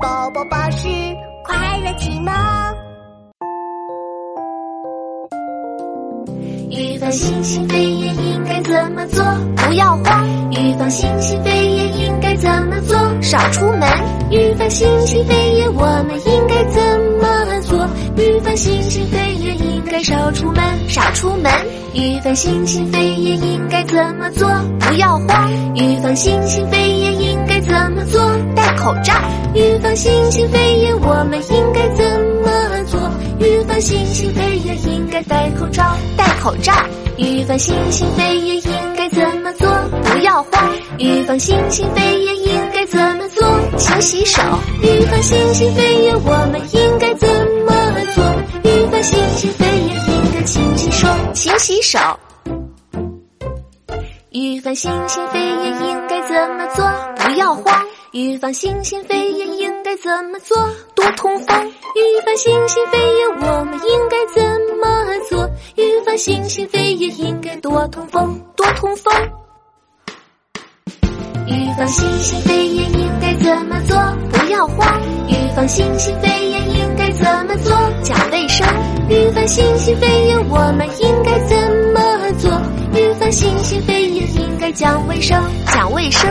宝宝巴士快乐启蒙。预防新型肺炎应该怎么做？不要慌，预防新型肺炎应该怎么做？少出门，预防新型肺炎我们应该怎么做？预防新型肺炎应该少出门。少出门，预防新型肺炎应该怎么做？不要慌，预防新型肺炎应该怎么做？戴口罩，预防新型肺炎我们应该怎么做？预防新型肺炎应该戴口罩。戴口罩，预防新型肺炎应该怎么做？不要慌，预防新型肺炎应该怎么做？勤洗手，预防新型肺炎我们应该怎么做？预防新型肺炎应该勤洗手。勤洗手，预防新型肺炎应该怎么做？不要慌，预防新型肺炎应该怎么做？多通风，预防新型肺炎我们应该怎么做？预防新型肺炎应该多通风。多通风，预防新型肺炎应该怎么做？不要慌，预防新型肺炎应该怎么做？讲卫生，预防新型肺炎我们应该怎么做？预防新型肺炎应该讲卫生。讲卫生。